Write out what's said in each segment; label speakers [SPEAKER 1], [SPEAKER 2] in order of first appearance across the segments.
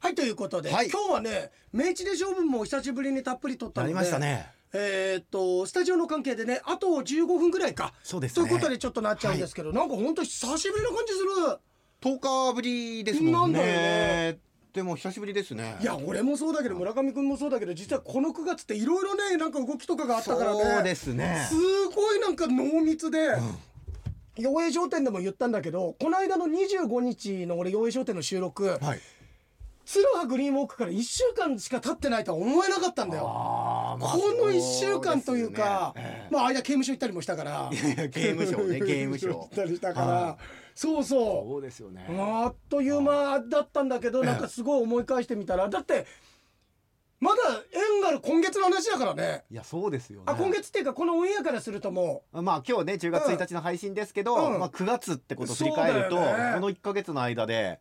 [SPEAKER 1] はいということで、
[SPEAKER 2] はい
[SPEAKER 1] 今日はね明治で勝負も久しぶりにたっぷりとった
[SPEAKER 2] な
[SPEAKER 1] の
[SPEAKER 2] り
[SPEAKER 1] で
[SPEAKER 2] ましたね
[SPEAKER 1] えーっとスタジオの関係でねあと15分ぐらいか
[SPEAKER 2] そうですね
[SPEAKER 1] ということでちょっとなっちゃうんですけど、なんかほんと久しぶりな感じする
[SPEAKER 2] 10日ぶりですもん
[SPEAKER 1] なんだよ
[SPEAKER 2] ねでも久しぶりですね
[SPEAKER 1] いや俺もそうだけど村上君もそうだけど実はこの9月っていろいろねなんか動きとかがあったからね
[SPEAKER 2] そうですね
[SPEAKER 1] すごいなんか濃密で。養栄商店でも言ったんだけどこの間の25日の俺養栄商店の収録、
[SPEAKER 2] はい
[SPEAKER 1] ツルハグリーンウォークから1週間しか経ってないとは思えなかったんだよ
[SPEAKER 2] あーまあ
[SPEAKER 1] この1週間というか
[SPEAKER 2] そうですねえ
[SPEAKER 1] まあ間刑務所行ったりもしたから
[SPEAKER 2] いやいや 刑務所 ね刑務所
[SPEAKER 1] 行ったりしたから、
[SPEAKER 2] は
[SPEAKER 1] そう
[SPEAKER 2] え
[SPEAKER 1] そう
[SPEAKER 2] そうですよね
[SPEAKER 1] あっという間だったんだけどなんかすごい思い返してみたらだってまだ縁がある今月の話だからね
[SPEAKER 2] いやそうですよね
[SPEAKER 1] あ今月っていうかこのオンエアからするとも
[SPEAKER 2] まあ今日ね10月1日の配信ですけど、
[SPEAKER 1] うん
[SPEAKER 2] まあ、9月ってことを振り返る
[SPEAKER 1] そ
[SPEAKER 2] と、
[SPEAKER 1] うだよね
[SPEAKER 2] この1か月の間で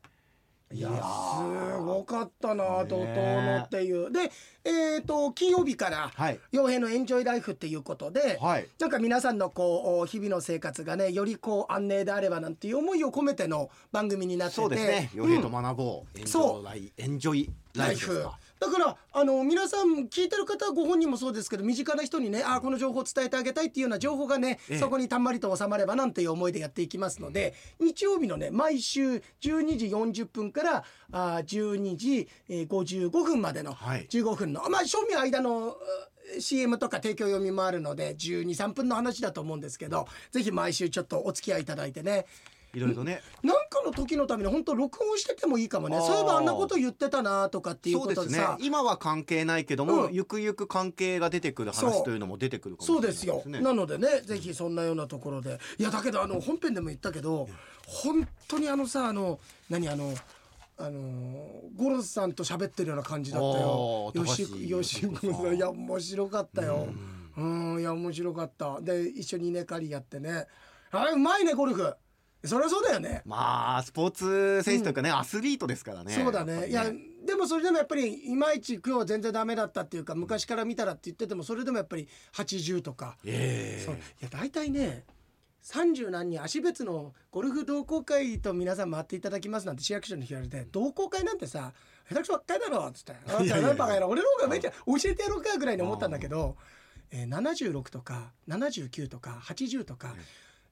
[SPEAKER 1] ういや
[SPEAKER 2] いや
[SPEAKER 1] すごかったな
[SPEAKER 2] ね
[SPEAKER 1] 怒涛のっていうでえっ、と金曜日から
[SPEAKER 2] はい
[SPEAKER 1] 「傭兵のエンジョイライフ」っていうことで、
[SPEAKER 2] はい
[SPEAKER 1] なんか皆さんのこう日々の生活がねよりこう安寧であればなんていう思いを込めての番組になってて
[SPEAKER 2] そうですね「
[SPEAKER 1] うん
[SPEAKER 2] 余平と学ぼう」エンジ
[SPEAKER 1] そう
[SPEAKER 2] ョイライエンジョイラ
[SPEAKER 1] ライ
[SPEAKER 2] イフです
[SPEAKER 1] フ
[SPEAKER 2] か」
[SPEAKER 1] だからあの皆さん聞いてる方ご本人もそうですけど身近な人にねあーこの情報を伝えてあげたいっていうような情報がね、
[SPEAKER 2] ええ
[SPEAKER 1] そこにたんまりと収まればなんていう思いでやっていきますので、日曜日のね毎週12時40分からあー12時えー55分までの
[SPEAKER 2] はい
[SPEAKER 1] 15分の、まあ正味間のう CM とか提供読み回るので123分の話だと思うんですけどぜひ毎週ちょっとお付き合いいただいてね
[SPEAKER 2] いろいろね、
[SPEAKER 1] なんかの時のために本当録音しててもいいかもね
[SPEAKER 2] あー
[SPEAKER 1] そういえばあんなこと言ってたなとかっていう
[SPEAKER 2] そう
[SPEAKER 1] こ
[SPEAKER 2] で
[SPEAKER 1] と
[SPEAKER 2] す
[SPEAKER 1] で
[SPEAKER 2] ね
[SPEAKER 1] さ
[SPEAKER 2] 今は関係ないけども、
[SPEAKER 1] うん
[SPEAKER 2] ゆくゆく関係が出てくる
[SPEAKER 1] そう
[SPEAKER 2] 話というのも出てくるかもし
[SPEAKER 1] そ
[SPEAKER 2] れ
[SPEAKER 1] う
[SPEAKER 2] ない
[SPEAKER 1] で
[SPEAKER 2] ですす
[SPEAKER 1] よ
[SPEAKER 2] ね
[SPEAKER 1] なのでねぜひそんなようなところでいやだけどあの本編でも言ったけど本当にあのさあの何あのあのゴロさんと喋ってるような感じだったよ
[SPEAKER 2] おー
[SPEAKER 1] 吉
[SPEAKER 2] 高橋
[SPEAKER 1] 吉
[SPEAKER 2] 由紀子
[SPEAKER 1] 子
[SPEAKER 2] さ
[SPEAKER 1] さ
[SPEAKER 2] ん
[SPEAKER 1] んいや面白かったようんいや面白かったで一緒に稲刈りやってねあれうまいねゴルフそりゃそうだよね
[SPEAKER 2] まあスポーツ選手というかね、アスリートですからね
[SPEAKER 1] そうだ
[SPEAKER 2] やっぱ
[SPEAKER 1] ね。い
[SPEAKER 2] り
[SPEAKER 1] や、でもそれでもやっぱり、いまいち今日全然ダメだったっていうか、昔から見たらって言ってても、それでもやっぱり80とか。
[SPEAKER 2] ええ
[SPEAKER 1] そういや、大体ね、30何人、芦別のゴルフ同好会と皆さん回っていただきますなんて市役所に言われて、同好会なんてさ、下手くそばっかりだろっつって、あん
[SPEAKER 2] いや
[SPEAKER 1] た
[SPEAKER 2] いやいや
[SPEAKER 1] バカやな、俺の方がめっちゃ教えてやろうかぐらいに思ったんだけど、えー、76とか、79とか、80とか、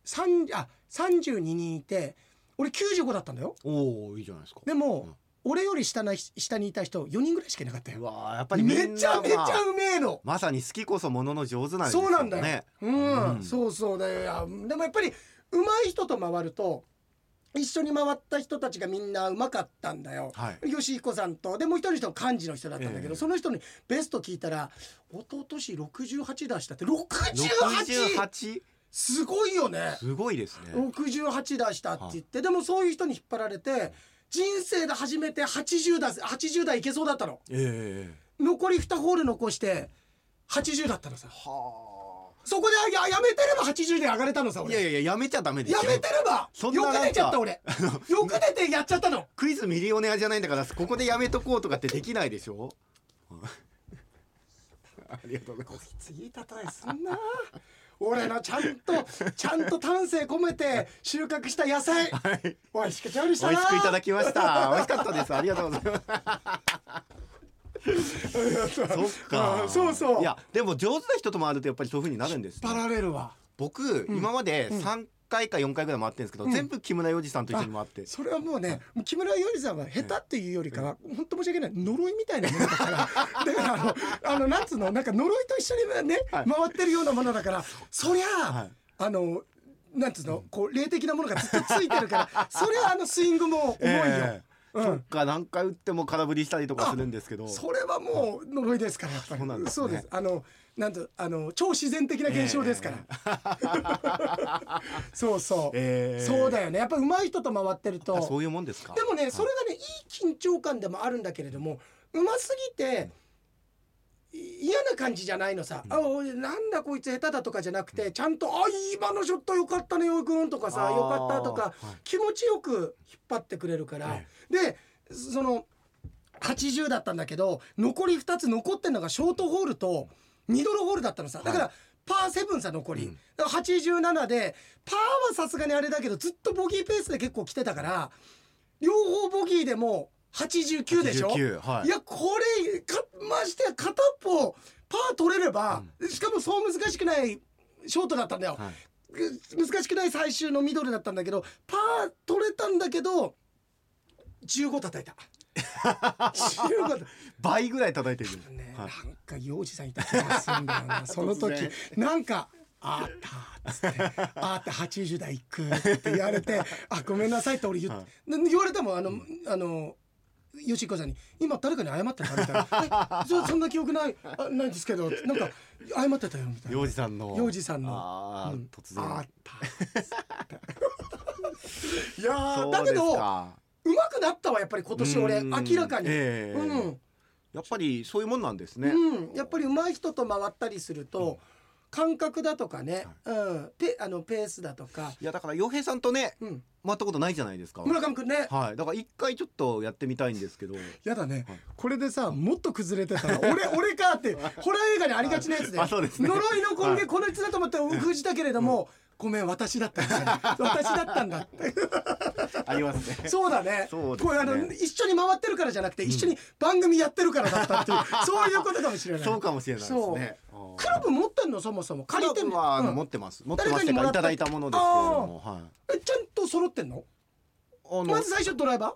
[SPEAKER 1] 三あ32人いて、俺95だったんだよ。
[SPEAKER 2] おおいいじゃないですか
[SPEAKER 1] でも、
[SPEAKER 2] うん
[SPEAKER 1] 俺より下な下にいた人4人ぐらいしかいなかった
[SPEAKER 2] う
[SPEAKER 1] よ。
[SPEAKER 2] わーやっぱりみんな
[SPEAKER 1] めちゃめち
[SPEAKER 2] まあ
[SPEAKER 1] ゃうめえの。
[SPEAKER 2] まさに好きこそものの上手なんです
[SPEAKER 1] そうなんだよ。
[SPEAKER 2] ね
[SPEAKER 1] うん、
[SPEAKER 2] うん
[SPEAKER 1] そうそうだよ。いやでもやっぱり上手い人と回ると一緒に回った人たちがみんな上手かったんだよ。
[SPEAKER 2] はい
[SPEAKER 1] 吉彦さんとでもう一人の人は幹事の人だったんだけど、
[SPEAKER 2] ええ
[SPEAKER 1] その人にベスト聞いたら一昨年68出したって 68!
[SPEAKER 2] 68
[SPEAKER 1] すごいよね。
[SPEAKER 2] すごいですね
[SPEAKER 1] 68出したって言って、でもそういう人に引っ張られて人生で初めて80だ80代いけそうだったの
[SPEAKER 2] ええ
[SPEAKER 1] 残り2ホール残して80だったのさ
[SPEAKER 2] は
[SPEAKER 1] そこであややめてれば80で上がれたのさ
[SPEAKER 2] あい
[SPEAKER 1] 俺
[SPEAKER 2] やいやいややめちゃダメです
[SPEAKER 1] や
[SPEAKER 2] よ
[SPEAKER 1] めてれば
[SPEAKER 2] そんな
[SPEAKER 1] よ
[SPEAKER 2] なんか
[SPEAKER 1] く出ちゃった俺よく出てやっちゃったの
[SPEAKER 2] クイズミリオネアじゃないんだからここでやめとこうとかってできないでしょ ありがとうございます
[SPEAKER 1] 次例えすんな俺のちゃんとちゃんと丹精込めて収穫した野菜
[SPEAKER 2] はい
[SPEAKER 1] おいしく調理した
[SPEAKER 2] 美
[SPEAKER 1] な
[SPEAKER 2] 味しくいた だきました美味しかったですありがとうございますそっ
[SPEAKER 1] う
[SPEAKER 2] か
[SPEAKER 1] んそうそう
[SPEAKER 2] いやでも上手な人と回るとやっぱりそういう風になるんですね
[SPEAKER 1] パラレルは
[SPEAKER 2] 僕今まで3回か4回ぐらい回ってるんですけど全部木村洋二さんと一緒に回って
[SPEAKER 1] それはもうね木村よりさんは下手っていうよりかは本当申し訳ない呪いみたいなものだ からだからあのあのなんつうのなんか呪いと一緒にね、
[SPEAKER 2] はい
[SPEAKER 1] 回ってるようなものだからそりゃあ、
[SPEAKER 2] はい
[SPEAKER 1] あのなんつうのこう霊的なものがずっとついてるからそりゃあのスイングも重いよ、
[SPEAKER 2] ええ
[SPEAKER 1] うん
[SPEAKER 2] そっか何回打っても空振りしたりとかするんですけど
[SPEAKER 1] それはもう呪いですからやっぱり
[SPEAKER 2] そうなんですね
[SPEAKER 1] あのなんとあの超自然的な現象ですから、 そうそう、
[SPEAKER 2] ええ
[SPEAKER 1] そうだよねやっぱ上手い人と回ってると
[SPEAKER 2] あそういうもんですか
[SPEAKER 1] でもねそれがねいい緊張感でもあるんだけれどもうますぎてい嫌な感じじゃないのさ「あおいなんだこいつ下手だ」とかじゃなくてちゃんと「あ今のショットよかったねよいくん」とかさ「
[SPEAKER 2] あー
[SPEAKER 1] よかった」とか
[SPEAKER 2] はい
[SPEAKER 1] 気持ちよく引っ張ってくれるから
[SPEAKER 2] え
[SPEAKER 1] でその80だったんだけど残り2つ残ってんのがショートホールとミドルホールだったのさだからパー7さ残り、だから87でパーはさすがにあれだけどずっとボギーペースで結構来てたから両方ボギーでも89でしょ
[SPEAKER 2] 89はい
[SPEAKER 1] いやこれかましてや片っぽパー取れれば、しかもそう難しくないショートだったんだよ、
[SPEAKER 2] はい
[SPEAKER 1] 難しくない最終のミドルだったんだけどパー取れたんだけど15叩 いた15叩
[SPEAKER 2] 倍ぐらい叩いてる、
[SPEAKER 1] ね、
[SPEAKER 2] はい
[SPEAKER 1] なんか幼児さんいた気がするんだよ なその時
[SPEAKER 2] 突
[SPEAKER 1] なんか「あった」っつって「あった80代行く」って言われ て「あごめんなさい」って俺言,、
[SPEAKER 2] は
[SPEAKER 1] 言われたもんあの、あのよしこさんに「今誰かに謝ってた?」みたい なえ「そそんな記憶ないあないんですけどなんか謝ってたよ」みたいな
[SPEAKER 2] 幼児さんの
[SPEAKER 1] 幼児さんの
[SPEAKER 2] あー
[SPEAKER 1] うん
[SPEAKER 2] 突
[SPEAKER 1] 「あっ
[SPEAKER 2] 然
[SPEAKER 1] た」いやー
[SPEAKER 2] そう
[SPEAKER 1] だけ
[SPEAKER 2] です
[SPEAKER 1] ど
[SPEAKER 2] か
[SPEAKER 1] うまくなったわやっぱり今年俺
[SPEAKER 2] うん
[SPEAKER 1] 明らかに。
[SPEAKER 2] ええ
[SPEAKER 1] うん
[SPEAKER 2] やっぱりそういうもんなんですね、
[SPEAKER 1] うん、やっぱり上手い人と回ったりすると、感覚だとかね、うん、ペあのペースだとか、
[SPEAKER 2] いやだから洋平さんとね
[SPEAKER 1] うん、
[SPEAKER 2] 回ったことないじゃないですか
[SPEAKER 1] 村上くんね、
[SPEAKER 2] はいだから一回ちょっとやってみたいんです けど
[SPEAKER 1] やだね
[SPEAKER 2] はい
[SPEAKER 1] これでさもっと崩れて たら俺俺かってホラー映画にありがちなやつで
[SPEAKER 2] あそうですね
[SPEAKER 1] 呪いの根
[SPEAKER 2] は
[SPEAKER 1] 源このいつだと思って封じたけれども、ごめん私だったん だ私だったんだって
[SPEAKER 2] ありますね
[SPEAKER 1] そうだね
[SPEAKER 2] そうですね
[SPEAKER 1] これあの一緒に回ってるからじゃなくて、一緒に番組やってるからだったっていうそういうことかもしれない
[SPEAKER 2] そうかもしれないですね。
[SPEAKER 1] クラブ持ってんのそもそも借りてんの、
[SPEAKER 2] は、あの
[SPEAKER 1] うん
[SPEAKER 2] 持ってます。持ってま
[SPEAKER 1] 誰
[SPEAKER 2] す。
[SPEAKER 1] かにもら
[SPEAKER 2] い
[SPEAKER 1] った
[SPEAKER 2] ただいたものですけれども、はい。
[SPEAKER 1] えちゃんと揃ってんの
[SPEAKER 2] あの、
[SPEAKER 1] まず最初ドライバ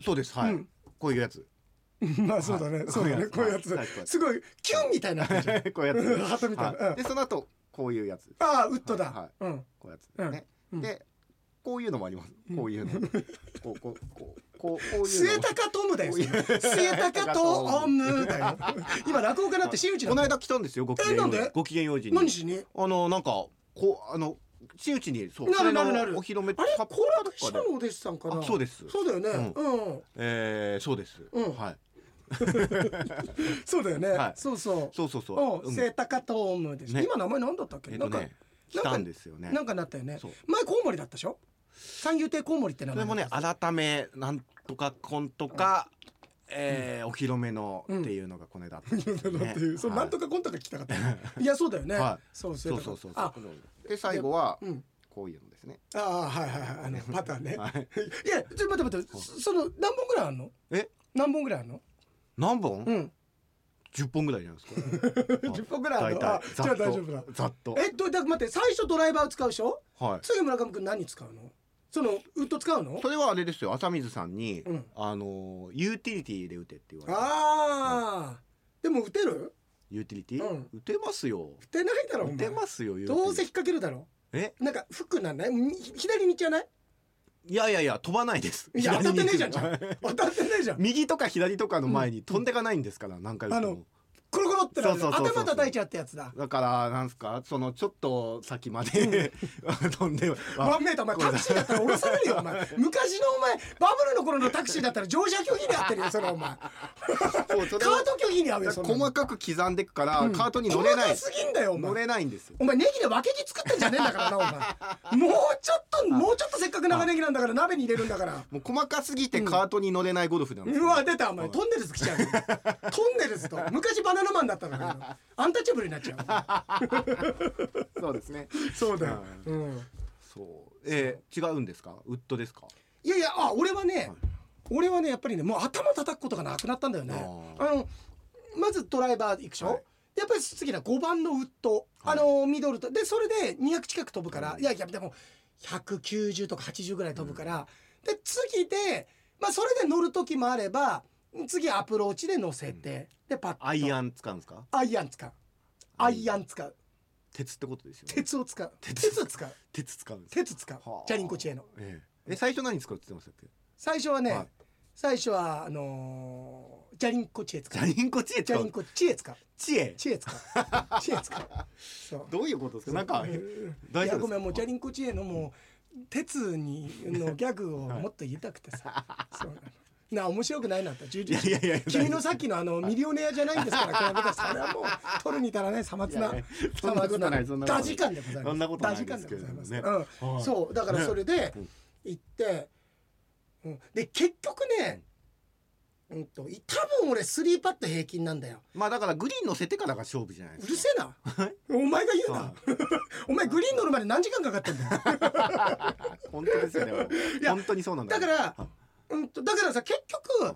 [SPEAKER 1] ー
[SPEAKER 2] そうです。はい、
[SPEAKER 1] うん
[SPEAKER 2] こういうやつ。
[SPEAKER 1] まあそうだね、
[SPEAKER 2] はい
[SPEAKER 1] そうだね、
[SPEAKER 2] はい
[SPEAKER 1] こういうやつ
[SPEAKER 2] はいはい
[SPEAKER 1] すごいキュンみたいな
[SPEAKER 2] こういうやつ。
[SPEAKER 1] ハトみたいな
[SPEAKER 2] は
[SPEAKER 1] うん
[SPEAKER 2] で、その後、こういうやつ。
[SPEAKER 1] ああウッドだ、
[SPEAKER 2] はい
[SPEAKER 1] うん
[SPEAKER 2] こういうやつ。ね。
[SPEAKER 1] うん
[SPEAKER 2] で、こういうのもあります。こういう の。こう、こう、こう、こう、こういう
[SPEAKER 1] 末
[SPEAKER 2] のも。
[SPEAKER 1] 高トムだよ
[SPEAKER 2] こういう
[SPEAKER 1] 末高トムだ よ今落語家になって真打ち
[SPEAKER 2] こ
[SPEAKER 1] な
[SPEAKER 2] の
[SPEAKER 1] の
[SPEAKER 2] 間来たんですよ。ご機嫌
[SPEAKER 1] えな
[SPEAKER 2] 用
[SPEAKER 1] んで
[SPEAKER 2] 事。ご機嫌用事に。
[SPEAKER 1] 何しに
[SPEAKER 2] あの、なんか、こう、あの、真打ちに、そう。
[SPEAKER 1] なる
[SPEAKER 2] それの
[SPEAKER 1] なるなる
[SPEAKER 2] お披露目。
[SPEAKER 1] あれ
[SPEAKER 2] 札
[SPEAKER 1] 好
[SPEAKER 2] 幌かど
[SPEAKER 1] 楽
[SPEAKER 2] っか
[SPEAKER 1] 師匠
[SPEAKER 2] で
[SPEAKER 1] のお弟子さんかな
[SPEAKER 2] あそうです
[SPEAKER 1] そうだよねう、
[SPEAKER 2] うんえー、そうです。
[SPEAKER 1] うん
[SPEAKER 2] はい。
[SPEAKER 1] そうだよね、
[SPEAKER 2] はい
[SPEAKER 1] そうそう
[SPEAKER 2] そうそうそう。
[SPEAKER 1] うん
[SPEAKER 2] うん
[SPEAKER 1] 末高トムです、
[SPEAKER 2] ね
[SPEAKER 1] 今名前なんだったっけ、
[SPEAKER 2] えっ
[SPEAKER 1] な
[SPEAKER 2] と
[SPEAKER 1] んか、
[SPEAKER 2] ね、来たんですよね。
[SPEAKER 1] なんかなったよね
[SPEAKER 2] そう
[SPEAKER 1] 前コウモリだったでしょ三遊亭コウモリって名
[SPEAKER 2] それ
[SPEAKER 1] 前
[SPEAKER 2] もね改めなんとかコンとか、えーお披露目の
[SPEAKER 1] うん
[SPEAKER 2] っていうのがこの間あったんです
[SPEAKER 1] だ
[SPEAKER 2] よね、
[SPEAKER 1] っていう、そう
[SPEAKER 2] はい
[SPEAKER 1] なんとかコントが来たか ったね。いやそうだよね。
[SPEAKER 2] はい
[SPEAKER 1] そう
[SPEAKER 2] そ
[SPEAKER 1] そうう
[SPEAKER 2] そうそう
[SPEAKER 1] あ、
[SPEAKER 2] で最後は
[SPEAKER 1] うん。
[SPEAKER 2] こういうのですね、
[SPEAKER 1] ああはいはいはいあのパターンね。
[SPEAKER 2] はい、
[SPEAKER 1] いやちょっと待って待ってそその何本ぐらいあるの？
[SPEAKER 2] え
[SPEAKER 1] 何本ぐらいあるの？
[SPEAKER 2] 何本、
[SPEAKER 1] うん。
[SPEAKER 2] 10本ぐらいじゃないですか
[SPEAKER 1] 十本ぐ らいある
[SPEAKER 2] 大
[SPEAKER 1] の。
[SPEAKER 2] 体
[SPEAKER 1] あ
[SPEAKER 2] ざっ
[SPEAKER 1] じゃあ
[SPEAKER 2] と
[SPEAKER 1] 大丈夫だ。
[SPEAKER 2] ざっと
[SPEAKER 1] えどだ待って最初ドライバー使うでしょ？
[SPEAKER 2] はい
[SPEAKER 1] 次村上くん何使うの？そのウッド使うの
[SPEAKER 2] そ？れはあれですよ朝水さんに、
[SPEAKER 1] うん
[SPEAKER 2] あのーユーティリティで打てって言われた
[SPEAKER 1] ああ。でも打てる？
[SPEAKER 2] ユーティリティ、
[SPEAKER 1] うん
[SPEAKER 2] 打てますよ
[SPEAKER 1] 打てないだろお
[SPEAKER 2] 打て
[SPEAKER 1] 前。
[SPEAKER 2] ますよユーティリ
[SPEAKER 1] どうせ
[SPEAKER 2] ティ
[SPEAKER 1] 引っ掛けるだろ。
[SPEAKER 2] え
[SPEAKER 1] なんかフックなんない？み左に行っちゃない？
[SPEAKER 2] いやいやいや飛ばないです
[SPEAKER 1] いや当たってねえじゃん。当たってねえじゃん。
[SPEAKER 2] 右とか左とかの前に飛んでかないんですから、何回打って
[SPEAKER 1] あ
[SPEAKER 2] も
[SPEAKER 1] のコロコロってなる
[SPEAKER 2] そうそうそうそう
[SPEAKER 1] 頭叩いちゃったやつだ
[SPEAKER 2] だからなんすかそのちょっと先まで 飛んで
[SPEAKER 1] ワ
[SPEAKER 2] は
[SPEAKER 1] ンメーターお前タクシーだったら降ろされるよ お前昔のお前バブルの頃のタクシーだったら乗車拒否にあってるよそれお前カ
[SPEAKER 2] そうそ
[SPEAKER 1] ー
[SPEAKER 2] れを
[SPEAKER 1] ト拒否にあうよそんなの
[SPEAKER 2] 細かく刻んでいくから、カートに乗れ
[SPEAKER 1] 細
[SPEAKER 2] ない
[SPEAKER 1] かすぎんだよお
[SPEAKER 2] 乗
[SPEAKER 1] 前
[SPEAKER 2] れないんですよ
[SPEAKER 1] お前ネギで分け木作ってんじゃねえんだからなお 前もうちょっともうちょっとせっかく長ネギなんだから鍋に入れるんだから
[SPEAKER 2] もう細かすぎてカートに乗れないゴルフなんです
[SPEAKER 1] う
[SPEAKER 2] よ、
[SPEAKER 1] わ出たお前トンネルズ来ち ゃうよトンネルズと昔バナナマンだったんだからアンタッチャブルになっ ちゃう
[SPEAKER 2] そうです ね
[SPEAKER 1] そうだよ、うん
[SPEAKER 2] そうえー違うんですかウッドですか
[SPEAKER 1] いやいやあ俺はね、俺はねやっぱりねもう頭叩くことがなくなったんだよね
[SPEAKER 2] あ
[SPEAKER 1] あのまずドライバー行くでしょ、
[SPEAKER 2] はい
[SPEAKER 1] やっぱり次は5番のウッド、
[SPEAKER 2] はい
[SPEAKER 1] あのミドルとでそれで200近く飛ぶから、
[SPEAKER 2] うん
[SPEAKER 1] いやいやでも190とか80ぐらい飛ぶから、で次で、まあ、それで乗る時もあれば次アプローチで乗せて、でパッと
[SPEAKER 2] アイアン使うんですか
[SPEAKER 1] アイアン使うアイアン使う
[SPEAKER 2] 鉄ってことですよね
[SPEAKER 1] 鉄を使う
[SPEAKER 2] 鉄
[SPEAKER 1] 鉄を使う
[SPEAKER 2] 鉄使うんです
[SPEAKER 1] 鉄使う
[SPEAKER 2] はあ
[SPEAKER 1] チャリンコ知恵の
[SPEAKER 2] えええ最初何使うって言ってましたっ
[SPEAKER 1] 最初はね、
[SPEAKER 2] はい
[SPEAKER 1] 最初はあのー、チャリンコ知恵
[SPEAKER 2] け
[SPEAKER 1] 使
[SPEAKER 2] ジ
[SPEAKER 1] う
[SPEAKER 2] ャリンコ知恵
[SPEAKER 1] チ
[SPEAKER 2] 使
[SPEAKER 1] ャリン
[SPEAKER 2] う
[SPEAKER 1] コ知恵使う
[SPEAKER 2] 知恵
[SPEAKER 1] 知恵使う知恵使うそう
[SPEAKER 2] どういうことですかなんか
[SPEAKER 1] い
[SPEAKER 2] 大丈夫ですか
[SPEAKER 1] やごめんもうジャリンコ知恵のもう鉄にのギャグをもっと言いたくてさ、そうなのなあ面白くないなって重
[SPEAKER 2] いや
[SPEAKER 1] 々
[SPEAKER 2] いやいや
[SPEAKER 1] 君のさっきのあのミリオネアじゃないんですから比べたらそれはもう取るに 足らないさまつない
[SPEAKER 2] やいやそんなことないそんなことない
[SPEAKER 1] ダジ感でございます
[SPEAKER 2] そんなことない
[SPEAKER 1] ダ
[SPEAKER 2] で
[SPEAKER 1] ジ感
[SPEAKER 2] すけ
[SPEAKER 1] で
[SPEAKER 2] れ
[SPEAKER 1] ご
[SPEAKER 2] ど
[SPEAKER 1] ざい
[SPEAKER 2] も
[SPEAKER 1] ます、
[SPEAKER 2] ね
[SPEAKER 1] うん
[SPEAKER 2] はい
[SPEAKER 1] そうだからそれで
[SPEAKER 2] うん
[SPEAKER 1] 行って、うん、で結局ね、うん、とい多分俺スリーパット平均なんだよ
[SPEAKER 2] まあだからグリーン乗せてからが勝負じゃないうですか
[SPEAKER 1] るせえなお前が言う
[SPEAKER 2] は
[SPEAKER 1] な お前グリーン乗るまで何時間かかってんだよ
[SPEAKER 2] 本当ですよね
[SPEAKER 1] いや
[SPEAKER 2] 本当にそうなんだ
[SPEAKER 1] だから
[SPEAKER 2] は
[SPEAKER 1] うんとだからさ結局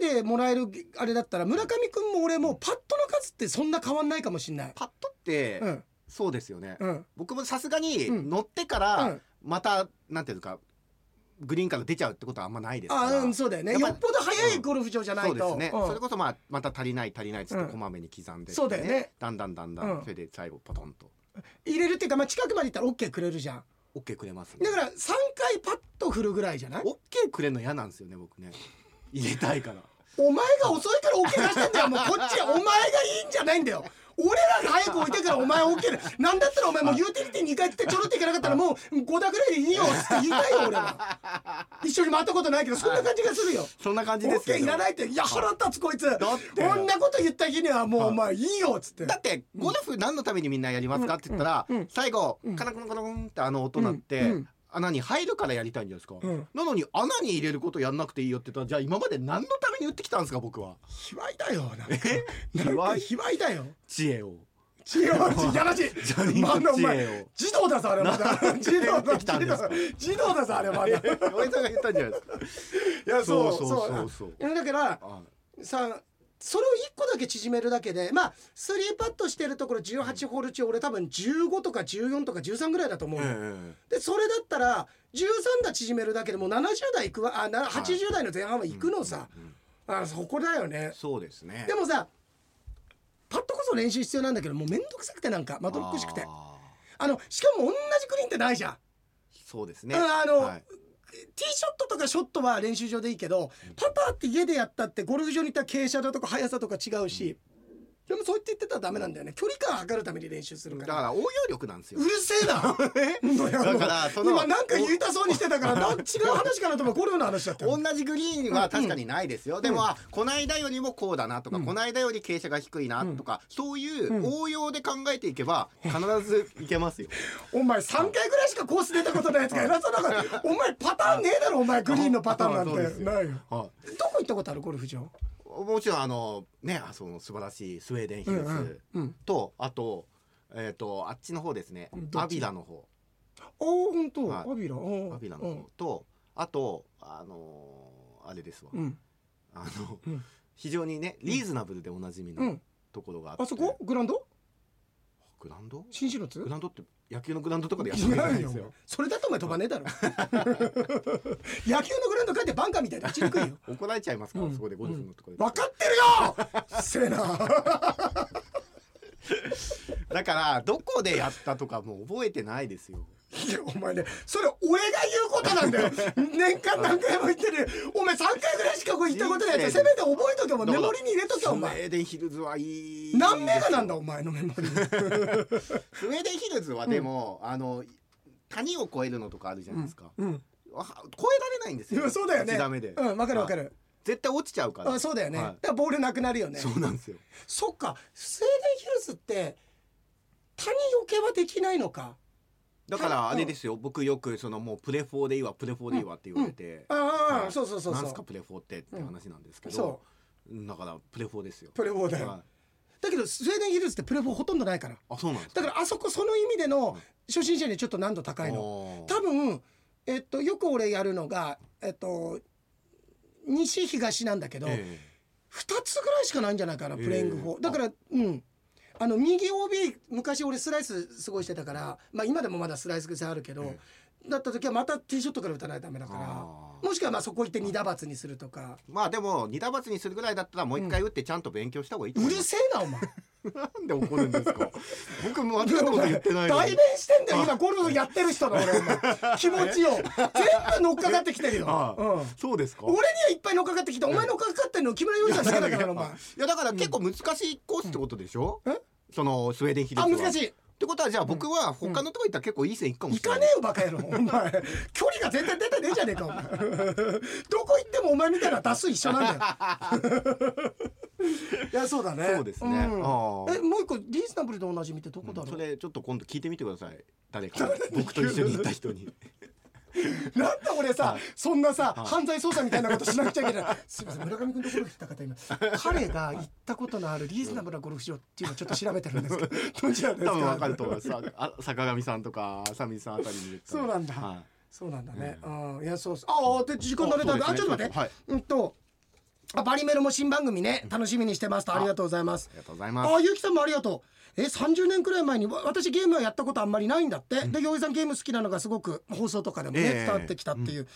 [SPEAKER 1] OK でもらえるあれだったら村上君も俺もパットの数ってそんな変わんないかもしんない。
[SPEAKER 2] パッとって、
[SPEAKER 1] うん
[SPEAKER 2] そうですよね、
[SPEAKER 1] うん
[SPEAKER 2] 僕もさすがに
[SPEAKER 1] うん
[SPEAKER 2] 乗ってか
[SPEAKER 1] う
[SPEAKER 2] ら、
[SPEAKER 1] ん、
[SPEAKER 2] またなんていうかグリーンから出ちゃうってことはあんまないですか
[SPEAKER 1] あ
[SPEAKER 2] ら
[SPEAKER 1] うんそうだよね
[SPEAKER 2] やっ
[SPEAKER 1] よ
[SPEAKER 2] ぱ
[SPEAKER 1] っぽど早いゴルフ場じゃないと
[SPEAKER 2] そうですね、
[SPEAKER 1] うん
[SPEAKER 2] それこそまあまた足りない足りないっつっ
[SPEAKER 1] う
[SPEAKER 2] て
[SPEAKER 1] ん
[SPEAKER 2] こまめに刻んで、
[SPEAKER 1] そうだよね
[SPEAKER 2] だんだんだんだ
[SPEAKER 1] うん
[SPEAKER 2] んそれで最後ポトンと
[SPEAKER 1] 入れるっていうか、まあ、近くまで行ったら OK くれるじゃん
[SPEAKER 2] OK くれますね
[SPEAKER 1] だから3回パッと振るぐらいじゃない
[SPEAKER 2] OK くれるの嫌なんですよね僕ね入れたいから
[SPEAKER 1] お前が遅いから OK 出してんだよもうこっちはお前がいいんじゃないんだよ俺らが早く置いてからお前 OK だなんだったらお前もうユーティリティ2回ってちょろっていかなかったらもう5打ぐらいでいいよっつって言いたいよ俺は一緒に回ったことないけどそんな感じがするよ
[SPEAKER 2] そんな感じですよ
[SPEAKER 1] OK
[SPEAKER 2] ね
[SPEAKER 1] いらないっていや腹立つこいつ
[SPEAKER 2] だって
[SPEAKER 1] こんなこと言った日にはもうお前いいよっつって
[SPEAKER 2] だってゴルフ何のためにみんなやりますかって言ったら、
[SPEAKER 1] うんうん
[SPEAKER 2] 最後、
[SPEAKER 1] うん
[SPEAKER 2] カラコンカラコンってあの音鳴って、
[SPEAKER 1] うんうん
[SPEAKER 2] 穴に入るからやりたいんじゃないですか、
[SPEAKER 1] うん
[SPEAKER 2] なのに穴に入れることやんなくていいよって言ったらじゃあ今まで何のために打ってきたんですか僕は
[SPEAKER 1] 卑猥だよなんかなんか卑猥だよ
[SPEAKER 2] 知恵を
[SPEAKER 1] 違うやらしい
[SPEAKER 2] ジャニー
[SPEAKER 1] ま
[SPEAKER 2] ズ
[SPEAKER 1] だお前
[SPEAKER 2] 知恵を
[SPEAKER 1] 児童だぞあれまだ児童だ
[SPEAKER 2] てきたんですか
[SPEAKER 1] 児童だぞあれまだい
[SPEAKER 2] おさんが言ったんじゃないですか
[SPEAKER 1] やそうそうう
[SPEAKER 2] そそ
[SPEAKER 1] そ
[SPEAKER 2] うそううそう
[SPEAKER 1] いやだから
[SPEAKER 2] あ
[SPEAKER 1] さそれを1個だけ縮めるだけでまあスリーパットしてるところ18ホール中俺多分15とか14とか13ぐらいだと思うの、
[SPEAKER 2] え
[SPEAKER 1] でそれだったら13打縮めるだけでもう70代いくわあな80代の前半は
[SPEAKER 2] え
[SPEAKER 1] 行くのさ、
[SPEAKER 2] うんうん
[SPEAKER 1] あそこだよね
[SPEAKER 2] そうですね
[SPEAKER 1] でもさパッとこそ練習必要なんだけどもうめんどくさくてなんかまどろっこしくてあ
[SPEAKER 2] あー
[SPEAKER 1] のしかも同じクリーンってないじゃん
[SPEAKER 2] そうですね
[SPEAKER 1] うんあの
[SPEAKER 2] はい
[SPEAKER 1] ティーショットとかショットは練習場でいいけどパターって家でやったってゴルフ場に行ったら傾斜だとか速さとか違うし、でもそう言って言ってたらダメなんだよね距離感測るために練習するか
[SPEAKER 2] だ
[SPEAKER 1] ら
[SPEAKER 2] から応用力なんですよ
[SPEAKER 1] うるせえな
[SPEAKER 2] だからその
[SPEAKER 1] 今なんか言いたそうにしてたからな違う話かなと思ったらゴルフの話だったよ
[SPEAKER 2] 同じグリーンは確かにないですよ、でも、あこの間よりもこうだなとか、この間より傾斜が低いなとか、そういう応用で考えていけば必ずいけます よ
[SPEAKER 1] お前3回ぐらいしかコース出たことないやつが偉そうだからお前パターンねえだろお前グリーンのパターンなんて
[SPEAKER 2] そうですよ
[SPEAKER 1] ないよ
[SPEAKER 2] は
[SPEAKER 1] どこ行ったことあるゴルフ場
[SPEAKER 2] いもちろんあのねあその素晴らしいスウェーデンヒル
[SPEAKER 1] うんうん
[SPEAKER 2] ズ
[SPEAKER 1] うん
[SPEAKER 2] と、あとえっ、とあっちの方ですね
[SPEAKER 1] どっち
[SPEAKER 2] アビラの方
[SPEAKER 1] ああ本当、
[SPEAKER 2] はい
[SPEAKER 1] アビラア
[SPEAKER 2] アビラの方と、あとあのーあれですわ、
[SPEAKER 1] うんうん
[SPEAKER 2] あの、
[SPEAKER 1] うん
[SPEAKER 2] 非常にねリーズナブルでおなじみ
[SPEAKER 1] う
[SPEAKER 2] の
[SPEAKER 1] ん
[SPEAKER 2] ところがあって、
[SPEAKER 1] あそこグラウンド
[SPEAKER 2] グラウンド
[SPEAKER 1] 新種のつ
[SPEAKER 2] グラウンドって野球のグラウンドとかでやってるんじゃな
[SPEAKER 1] 違
[SPEAKER 2] いうですよ
[SPEAKER 1] よそれだとお前飛ばねえ だろ野球のグラウンド帰ってバンカーみたいな打ちにくいよ
[SPEAKER 2] 怒られちゃいますから、
[SPEAKER 1] うん
[SPEAKER 2] そこでゴルフのところで、
[SPEAKER 1] 分かってるよせえな
[SPEAKER 2] だからどこでやったとかもう覚えてないですよ
[SPEAKER 1] いやお前ねそれ俺が言うことなんだよ年間何回も言ってるお前3回ぐらいしかこう言ったことないやつせめて覚えとけお前メモリに入れとけお
[SPEAKER 2] スウ
[SPEAKER 1] 前
[SPEAKER 2] ェーデンヒルズはいい
[SPEAKER 1] 何メーターなんだお前のメモリ
[SPEAKER 2] スウェーデンヒルズはでも、あの谷を越えるのとかあるじゃないですか、
[SPEAKER 1] うん
[SPEAKER 2] わ越えられないんです
[SPEAKER 1] いや
[SPEAKER 2] よ
[SPEAKER 1] そうだよね
[SPEAKER 2] 一打目で、
[SPEAKER 1] うん分かる分か
[SPEAKER 2] はい
[SPEAKER 1] る
[SPEAKER 2] 絶対落ちちゃうから
[SPEAKER 1] あそうだよねだ
[SPEAKER 2] は
[SPEAKER 1] か
[SPEAKER 2] い
[SPEAKER 1] らボールなくなるよね
[SPEAKER 2] そうなんですよ
[SPEAKER 1] そっかスウェーデンヒルズって谷よけはできないのか
[SPEAKER 2] だから
[SPEAKER 1] はい
[SPEAKER 2] あれですよ、僕よくそのもうプレフォーでいいわプレフォーでいいわって言われて、
[SPEAKER 1] あ
[SPEAKER 2] は
[SPEAKER 1] あ
[SPEAKER 2] い
[SPEAKER 1] そうそうそう
[SPEAKER 2] なん
[SPEAKER 1] そ
[SPEAKER 2] すか
[SPEAKER 1] う
[SPEAKER 2] プレフォーってって話なんですけ
[SPEAKER 1] そ
[SPEAKER 2] ど、だからプレフォーですよ
[SPEAKER 1] プレフォーだよ
[SPEAKER 2] はい
[SPEAKER 1] だけどスウェーデンヒルズってプレフォーほとんどないから
[SPEAKER 2] あそうなんです
[SPEAKER 1] だからあそこその意味での初心者にはちょっと難度高いの
[SPEAKER 2] の
[SPEAKER 1] 多分えっとよく俺やるのがえっと西東なんだけど、二
[SPEAKER 2] え
[SPEAKER 1] 2つぐらいしかないんじゃないかな
[SPEAKER 2] ええ
[SPEAKER 1] プレイング4、だからうんあの右 OB 昔俺スライスすごいしてたからまあ今でもまだスライス癖あるけど、
[SPEAKER 2] え
[SPEAKER 1] だった時はまたティーショットから打たないとダメだ
[SPEAKER 2] え
[SPEAKER 1] か
[SPEAKER 2] あー
[SPEAKER 1] らもしくはまあそこ行って二打罰にするとか。
[SPEAKER 2] まあでも二打罰にするぐらいだったらもう一回打ってちゃんと勉強した方がいいと
[SPEAKER 1] う
[SPEAKER 2] 思い
[SPEAKER 1] る
[SPEAKER 2] ます、
[SPEAKER 1] せえなお前
[SPEAKER 2] なんで怒るんですか 僕も間違ったこと言ってないの
[SPEAKER 1] 代
[SPEAKER 2] に
[SPEAKER 1] 弁してんだよ今ゴルフやってる人の俺お前 気持ちを全部乗っかかってきてるよ
[SPEAKER 2] あ、あ
[SPEAKER 1] うん、
[SPEAKER 2] そうですか
[SPEAKER 1] 俺にはいっぱい乗っかかってきてお前乗っかかってんの木村洋一さん好きだからなお前
[SPEAKER 2] いやだから結構難しいコースってことでしょ、
[SPEAKER 1] うんえ
[SPEAKER 2] そのスウェーデンヒル
[SPEAKER 1] あ
[SPEAKER 2] ズは
[SPEAKER 1] 難し
[SPEAKER 2] っ
[SPEAKER 1] い
[SPEAKER 2] てことはじゃあ僕は他のとこ行ったら結構いい線いくかも
[SPEAKER 1] 行
[SPEAKER 2] しれな
[SPEAKER 1] か
[SPEAKER 2] い
[SPEAKER 1] ねえよバカ 野郎お前距離が全然出てねえじゃねえかお前どこ行ってもお前みたいな多数一緒なんだよ いやそうだね
[SPEAKER 2] そうですね
[SPEAKER 1] ん
[SPEAKER 2] ああ
[SPEAKER 1] えもう一個リーズナブルでおなじみってどこだろ、
[SPEAKER 2] そうれちょっと今度聞いてみてください誰 か僕と一緒に行った人に
[SPEAKER 1] なんで俺さ、
[SPEAKER 2] はい
[SPEAKER 1] そんなさ、
[SPEAKER 2] はい
[SPEAKER 1] 犯罪捜査みたいなことしなくちゃいけない。 すみません、村上君のゴルフ行った方今、彼が行ったことのあるリーズナブルなゴルフ場っていうのをちょっと調べてるんですけど、どちらです
[SPEAKER 2] 多
[SPEAKER 1] か。
[SPEAKER 2] 分わかると思いますああ坂上さんとか浅見さんあたりにいるから
[SPEAKER 1] そうなんだ
[SPEAKER 2] はい
[SPEAKER 1] そうなんだね。
[SPEAKER 2] う
[SPEAKER 1] ああ、いや、そうっす。ああ、で、時間が出たんで、あ、
[SPEAKER 2] そう
[SPEAKER 1] ちょっ
[SPEAKER 2] ですね
[SPEAKER 1] と待って。
[SPEAKER 2] はい
[SPEAKER 1] うんと。あ、バリメロも新番組ね、楽しみにしてますと、ありがとうございます
[SPEAKER 2] あり。がとうございます
[SPEAKER 1] ああ、ゆきさんもありがとう。え、30年くらい前に、わ私ゲームはやったことあんまりないんだって。で、洋井さんゲーム好きなのがすごく放送とかでもね、
[SPEAKER 2] ええ
[SPEAKER 1] 伝わってきたっていう。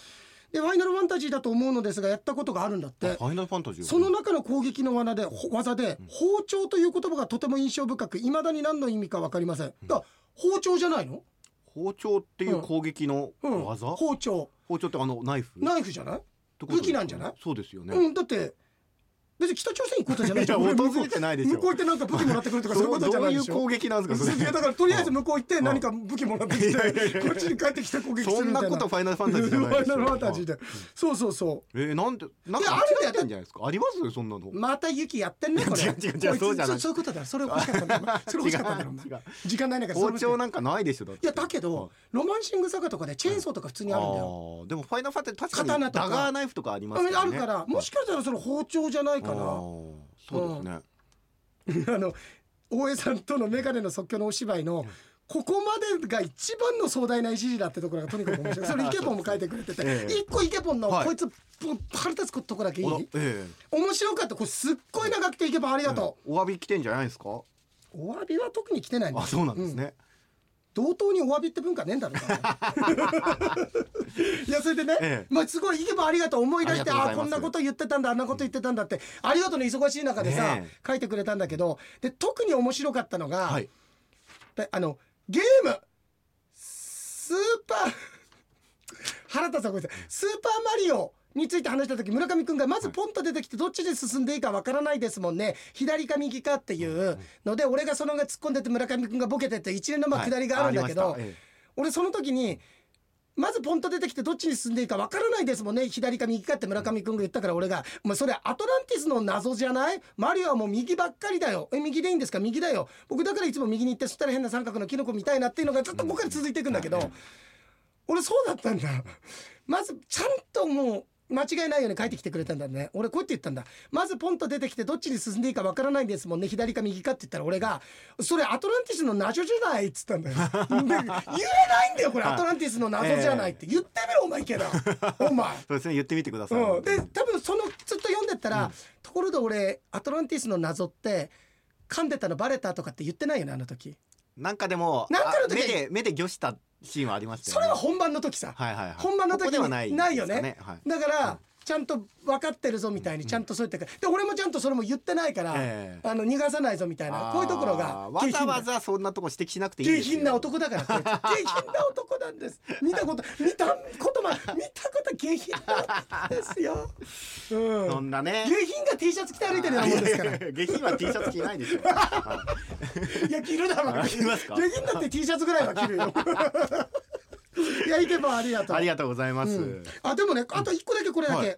[SPEAKER 1] で、ファイナルファンタジーだと思うのですが、やったことがあるんだって。
[SPEAKER 2] ファイナルファンタジー
[SPEAKER 1] その中の攻撃の罠でほ技で包丁という言葉がとても印象深くいまだに何の意味か分かりません。だ包丁じゃないの？
[SPEAKER 2] 包丁っていう攻撃の
[SPEAKER 1] うん、
[SPEAKER 2] 技、
[SPEAKER 1] 包丁
[SPEAKER 2] 包丁ってあのナイフ
[SPEAKER 1] ナイフじゃない？
[SPEAKER 2] ってことです
[SPEAKER 1] 武
[SPEAKER 2] よね
[SPEAKER 1] 器なんじゃない
[SPEAKER 2] そうですよね、
[SPEAKER 1] うん、だって別に北朝鮮行くことじゃないじゃん
[SPEAKER 2] いや
[SPEAKER 1] 俺向こう
[SPEAKER 2] 訪れてないでしょ
[SPEAKER 1] 向こう行ってなんか武器もらってくるとかそういうことじゃないでし
[SPEAKER 2] どうい
[SPEAKER 1] ょ
[SPEAKER 2] う攻撃なんですかそ
[SPEAKER 1] いや
[SPEAKER 2] れ
[SPEAKER 1] だからとりあえず向こう行って何か武器もらってきてこっちに帰ってきて攻撃す
[SPEAKER 2] そ
[SPEAKER 1] るみ
[SPEAKER 2] ん
[SPEAKER 1] た
[SPEAKER 2] ない
[SPEAKER 1] な
[SPEAKER 2] ことファイナルファンタジーじゃない
[SPEAKER 1] ファ
[SPEAKER 2] で
[SPEAKER 1] イ
[SPEAKER 2] し
[SPEAKER 1] ナ
[SPEAKER 2] ょ
[SPEAKER 1] ルファンタジーでそうそうそう
[SPEAKER 2] えー、なんでなん
[SPEAKER 1] いや
[SPEAKER 2] か
[SPEAKER 1] あれだ
[SPEAKER 2] 間違ってんじゃないですかありますそんなの
[SPEAKER 1] また雪やってんねこれ
[SPEAKER 2] 違う違う違うそうじゃない
[SPEAKER 1] こいつそういうことだそれ欲しかったんだお前 それ欲しかったんだお前
[SPEAKER 2] 違う違う
[SPEAKER 1] 時間ない中でそれ
[SPEAKER 2] 包
[SPEAKER 1] 欲しかっ
[SPEAKER 2] 丁
[SPEAKER 1] た
[SPEAKER 2] なんかないでしょだっ
[SPEAKER 1] い
[SPEAKER 2] て
[SPEAKER 1] やだけ
[SPEAKER 2] はい
[SPEAKER 1] どロマンシングサガとかでチェーンソーとか普通にあるんだよ
[SPEAKER 2] あーでもファイナルファンタジー確か
[SPEAKER 1] 刀
[SPEAKER 2] に
[SPEAKER 1] とか
[SPEAKER 2] ダガーナイフとかあります
[SPEAKER 1] あるからもしかしたらその包丁じゃないか
[SPEAKER 2] あ
[SPEAKER 1] な
[SPEAKER 2] ーそうですね、
[SPEAKER 1] あの大江さんとのメガネの即興のお芝居のここまでが一番の壮大な一時だってところがとにかく 面白いそれイケポンも書いてくれてて
[SPEAKER 2] ええ
[SPEAKER 1] 一個イケポンの
[SPEAKER 2] はい
[SPEAKER 1] こいつポン腹立つとこだけいい
[SPEAKER 2] おらえ
[SPEAKER 1] 面白かったこれすっごい長くてイケポンあり
[SPEAKER 2] え
[SPEAKER 1] がと
[SPEAKER 2] お詫び来てんじゃないですか
[SPEAKER 1] うお詫びは特に来てないんだ
[SPEAKER 2] あそうなんですね、
[SPEAKER 1] 同等にお詫びって文化ねえんだろう ないやそれでね、
[SPEAKER 2] ええ
[SPEAKER 1] まあ、すごいイケポンありがとう思い出して
[SPEAKER 2] ありがとうご
[SPEAKER 1] あ
[SPEAKER 2] ざい
[SPEAKER 1] こ
[SPEAKER 2] ます
[SPEAKER 1] んなこと言ってたんだあんなこと言ってたんだってありがとうの忙しい中でさ、
[SPEAKER 2] ねえ
[SPEAKER 1] 書いてくれたんだけどで特に面白かったのが、
[SPEAKER 2] はい
[SPEAKER 1] であのゲームスーパー原田さんごめんなさいスーパーマリオについて話した時村上くんがまずポンと出てきてどっちで進んでいいかわからないですもんね左か右かっていうので俺がそのまま突っ込んでて村上くんがボケてって一連のまあ
[SPEAKER 2] はい
[SPEAKER 1] 下りがあるんだけ
[SPEAKER 2] あり
[SPEAKER 1] ど
[SPEAKER 2] ましたえ
[SPEAKER 1] 俺その時にまずポンと出てきてどっちに進んでいいかわからないですもんね左か右かって村上くんが言ったから俺が「お前それアトランティスの謎じゃないマリオはもう右ばっかりだよえ右でいいんですか右だよ僕だからいつも右に行ってそしたら変な三角のキノコみたいな」っていうのがずっと僕から続いていくんだけど、俺そうだったんだまずちゃんともう間違いないように書いてきてくれたんだね俺こうやって言ったんだまずポンと出てきてどっちに進んでいいかわからないんですもんね左か右かって言ったら俺が「それアトランティスの謎じゃない」っつったんだよで言えないんだよこれアトランティスの謎じゃないって言ってみろお前けど お前
[SPEAKER 2] そうですね言ってみてください、
[SPEAKER 1] うん、で多分そのずっと読んでったら、ところで俺アトランティスの謎って噛んでたのバレたとかって言ってないよねあの時
[SPEAKER 2] なんかでも
[SPEAKER 1] なんかの
[SPEAKER 2] あ
[SPEAKER 1] 時
[SPEAKER 2] 目で目で魚したシーンはありましたよ
[SPEAKER 1] そ
[SPEAKER 2] ね
[SPEAKER 1] れは本番の時さ、
[SPEAKER 2] はいはいはい
[SPEAKER 1] 本番の時に
[SPEAKER 2] ここではないですか
[SPEAKER 1] ないよね
[SPEAKER 2] はい
[SPEAKER 1] だからちゃんと分かってるぞみたいにちゃんとそう言ってで俺もちゃんとそれも言ってないから、
[SPEAKER 2] ええ
[SPEAKER 1] あの逃がさないぞみたいなこういうところが
[SPEAKER 2] あーわざわ
[SPEAKER 1] 下
[SPEAKER 2] ざそんなとこ指摘しなくてい
[SPEAKER 1] 品
[SPEAKER 2] いで
[SPEAKER 1] 下
[SPEAKER 2] すよ
[SPEAKER 1] 品な男だからこいつ 下品な男なんです見たこと見たことま見たこと下品なんですよ、 うん、
[SPEAKER 2] そんなね
[SPEAKER 1] 下品が T シャツ着て歩いてるようなもんですから
[SPEAKER 2] いやいやいや 下品は T シャツ着ないで しょはい
[SPEAKER 1] や着るだろう
[SPEAKER 2] あ着ますか
[SPEAKER 1] 下品だって T シャツぐらいは着る よいやいけばありが
[SPEAKER 2] い
[SPEAKER 1] とう
[SPEAKER 2] ありがとうございます、
[SPEAKER 1] うんあでもねあと一個だけこれだ
[SPEAKER 2] は
[SPEAKER 1] け、
[SPEAKER 2] い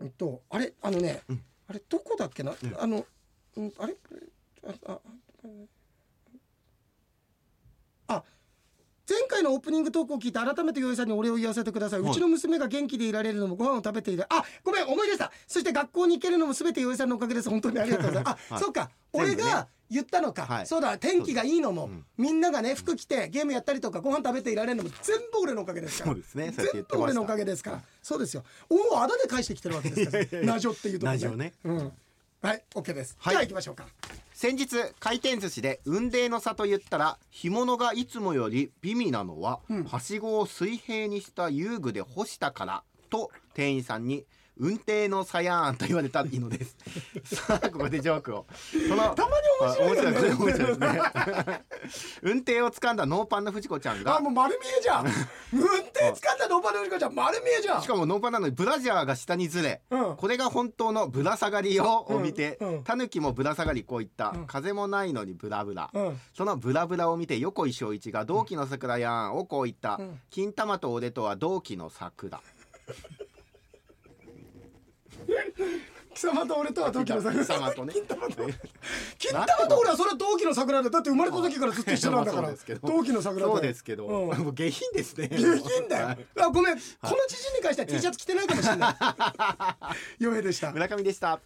[SPEAKER 1] うんとあれあのね、あれどこだっけな、あの、うん、あれあああ前回のオープニングトークを聞いて改めてよいさんにお礼を言わせてください、
[SPEAKER 2] はいう
[SPEAKER 1] ちの娘が元気でいられるのもご飯を食べているあごめん思い出したそして学校に行けるのも全てよいさんのおかげです本当にありがとうございますあ、
[SPEAKER 2] はい
[SPEAKER 1] そうか
[SPEAKER 2] 全
[SPEAKER 1] 俺
[SPEAKER 2] 部ね
[SPEAKER 1] が言ったのか、
[SPEAKER 2] はい
[SPEAKER 1] そうだ天気がいいのも、みんながね服着てゲームやったりとかご飯食べていられるのも全部俺のおかげですから
[SPEAKER 2] そうですねそうやって言
[SPEAKER 1] 全部
[SPEAKER 2] ってました
[SPEAKER 1] 俺のおかげですからそうですよ恩をあだで返してきてるわけですから ナジョっていうとこ
[SPEAKER 2] ナジョね
[SPEAKER 1] うんはい OK です、
[SPEAKER 2] はい
[SPEAKER 1] じゃあ行きましょうか
[SPEAKER 2] 先日回転寿司で雲泥の差と言ったら干物がいつもより美味なのは、はしごを水平にした遊具で干したからと店員さんに運転の差やーんと言われたのです。 さあここでジョークを。その
[SPEAKER 1] たまに面白いよね
[SPEAKER 2] あ面白いこれ面白いですね。 運転を掴んだノーパンの藤子ちゃん
[SPEAKER 1] あ
[SPEAKER 2] が
[SPEAKER 1] もう丸見えじゃん運転掴んだノーパンのおじこちゃん丸見えじゃん
[SPEAKER 2] しかもノーパンなのにブラジャーが下にずれ、
[SPEAKER 1] うん
[SPEAKER 2] これが本当のぶら下がりをを見て、
[SPEAKER 1] うんうん
[SPEAKER 2] タヌキもぶら下がりこういった、風もないのにブラブラ、
[SPEAKER 1] うん
[SPEAKER 2] そのブラブラを見て横井翔一が同期の桜やんをこう言った、
[SPEAKER 1] ん
[SPEAKER 2] 金玉と俺とは同期の桜
[SPEAKER 1] 貴様と俺とは同期の桜
[SPEAKER 2] 貴様とね
[SPEAKER 1] 金玉と 金玉と俺はそれは同期の桜だよだって生まれた時からずっと一緒なん だか
[SPEAKER 2] そう
[SPEAKER 1] ら
[SPEAKER 2] ですけど
[SPEAKER 1] 同期の桜だよ
[SPEAKER 2] そうですけど、
[SPEAKER 1] うん
[SPEAKER 2] もう下品ですね
[SPEAKER 1] 下品だよ
[SPEAKER 2] はい
[SPEAKER 1] あ ごめんこの知人に関しては T シャツ着てないかもしれない余平でした
[SPEAKER 2] 村上でした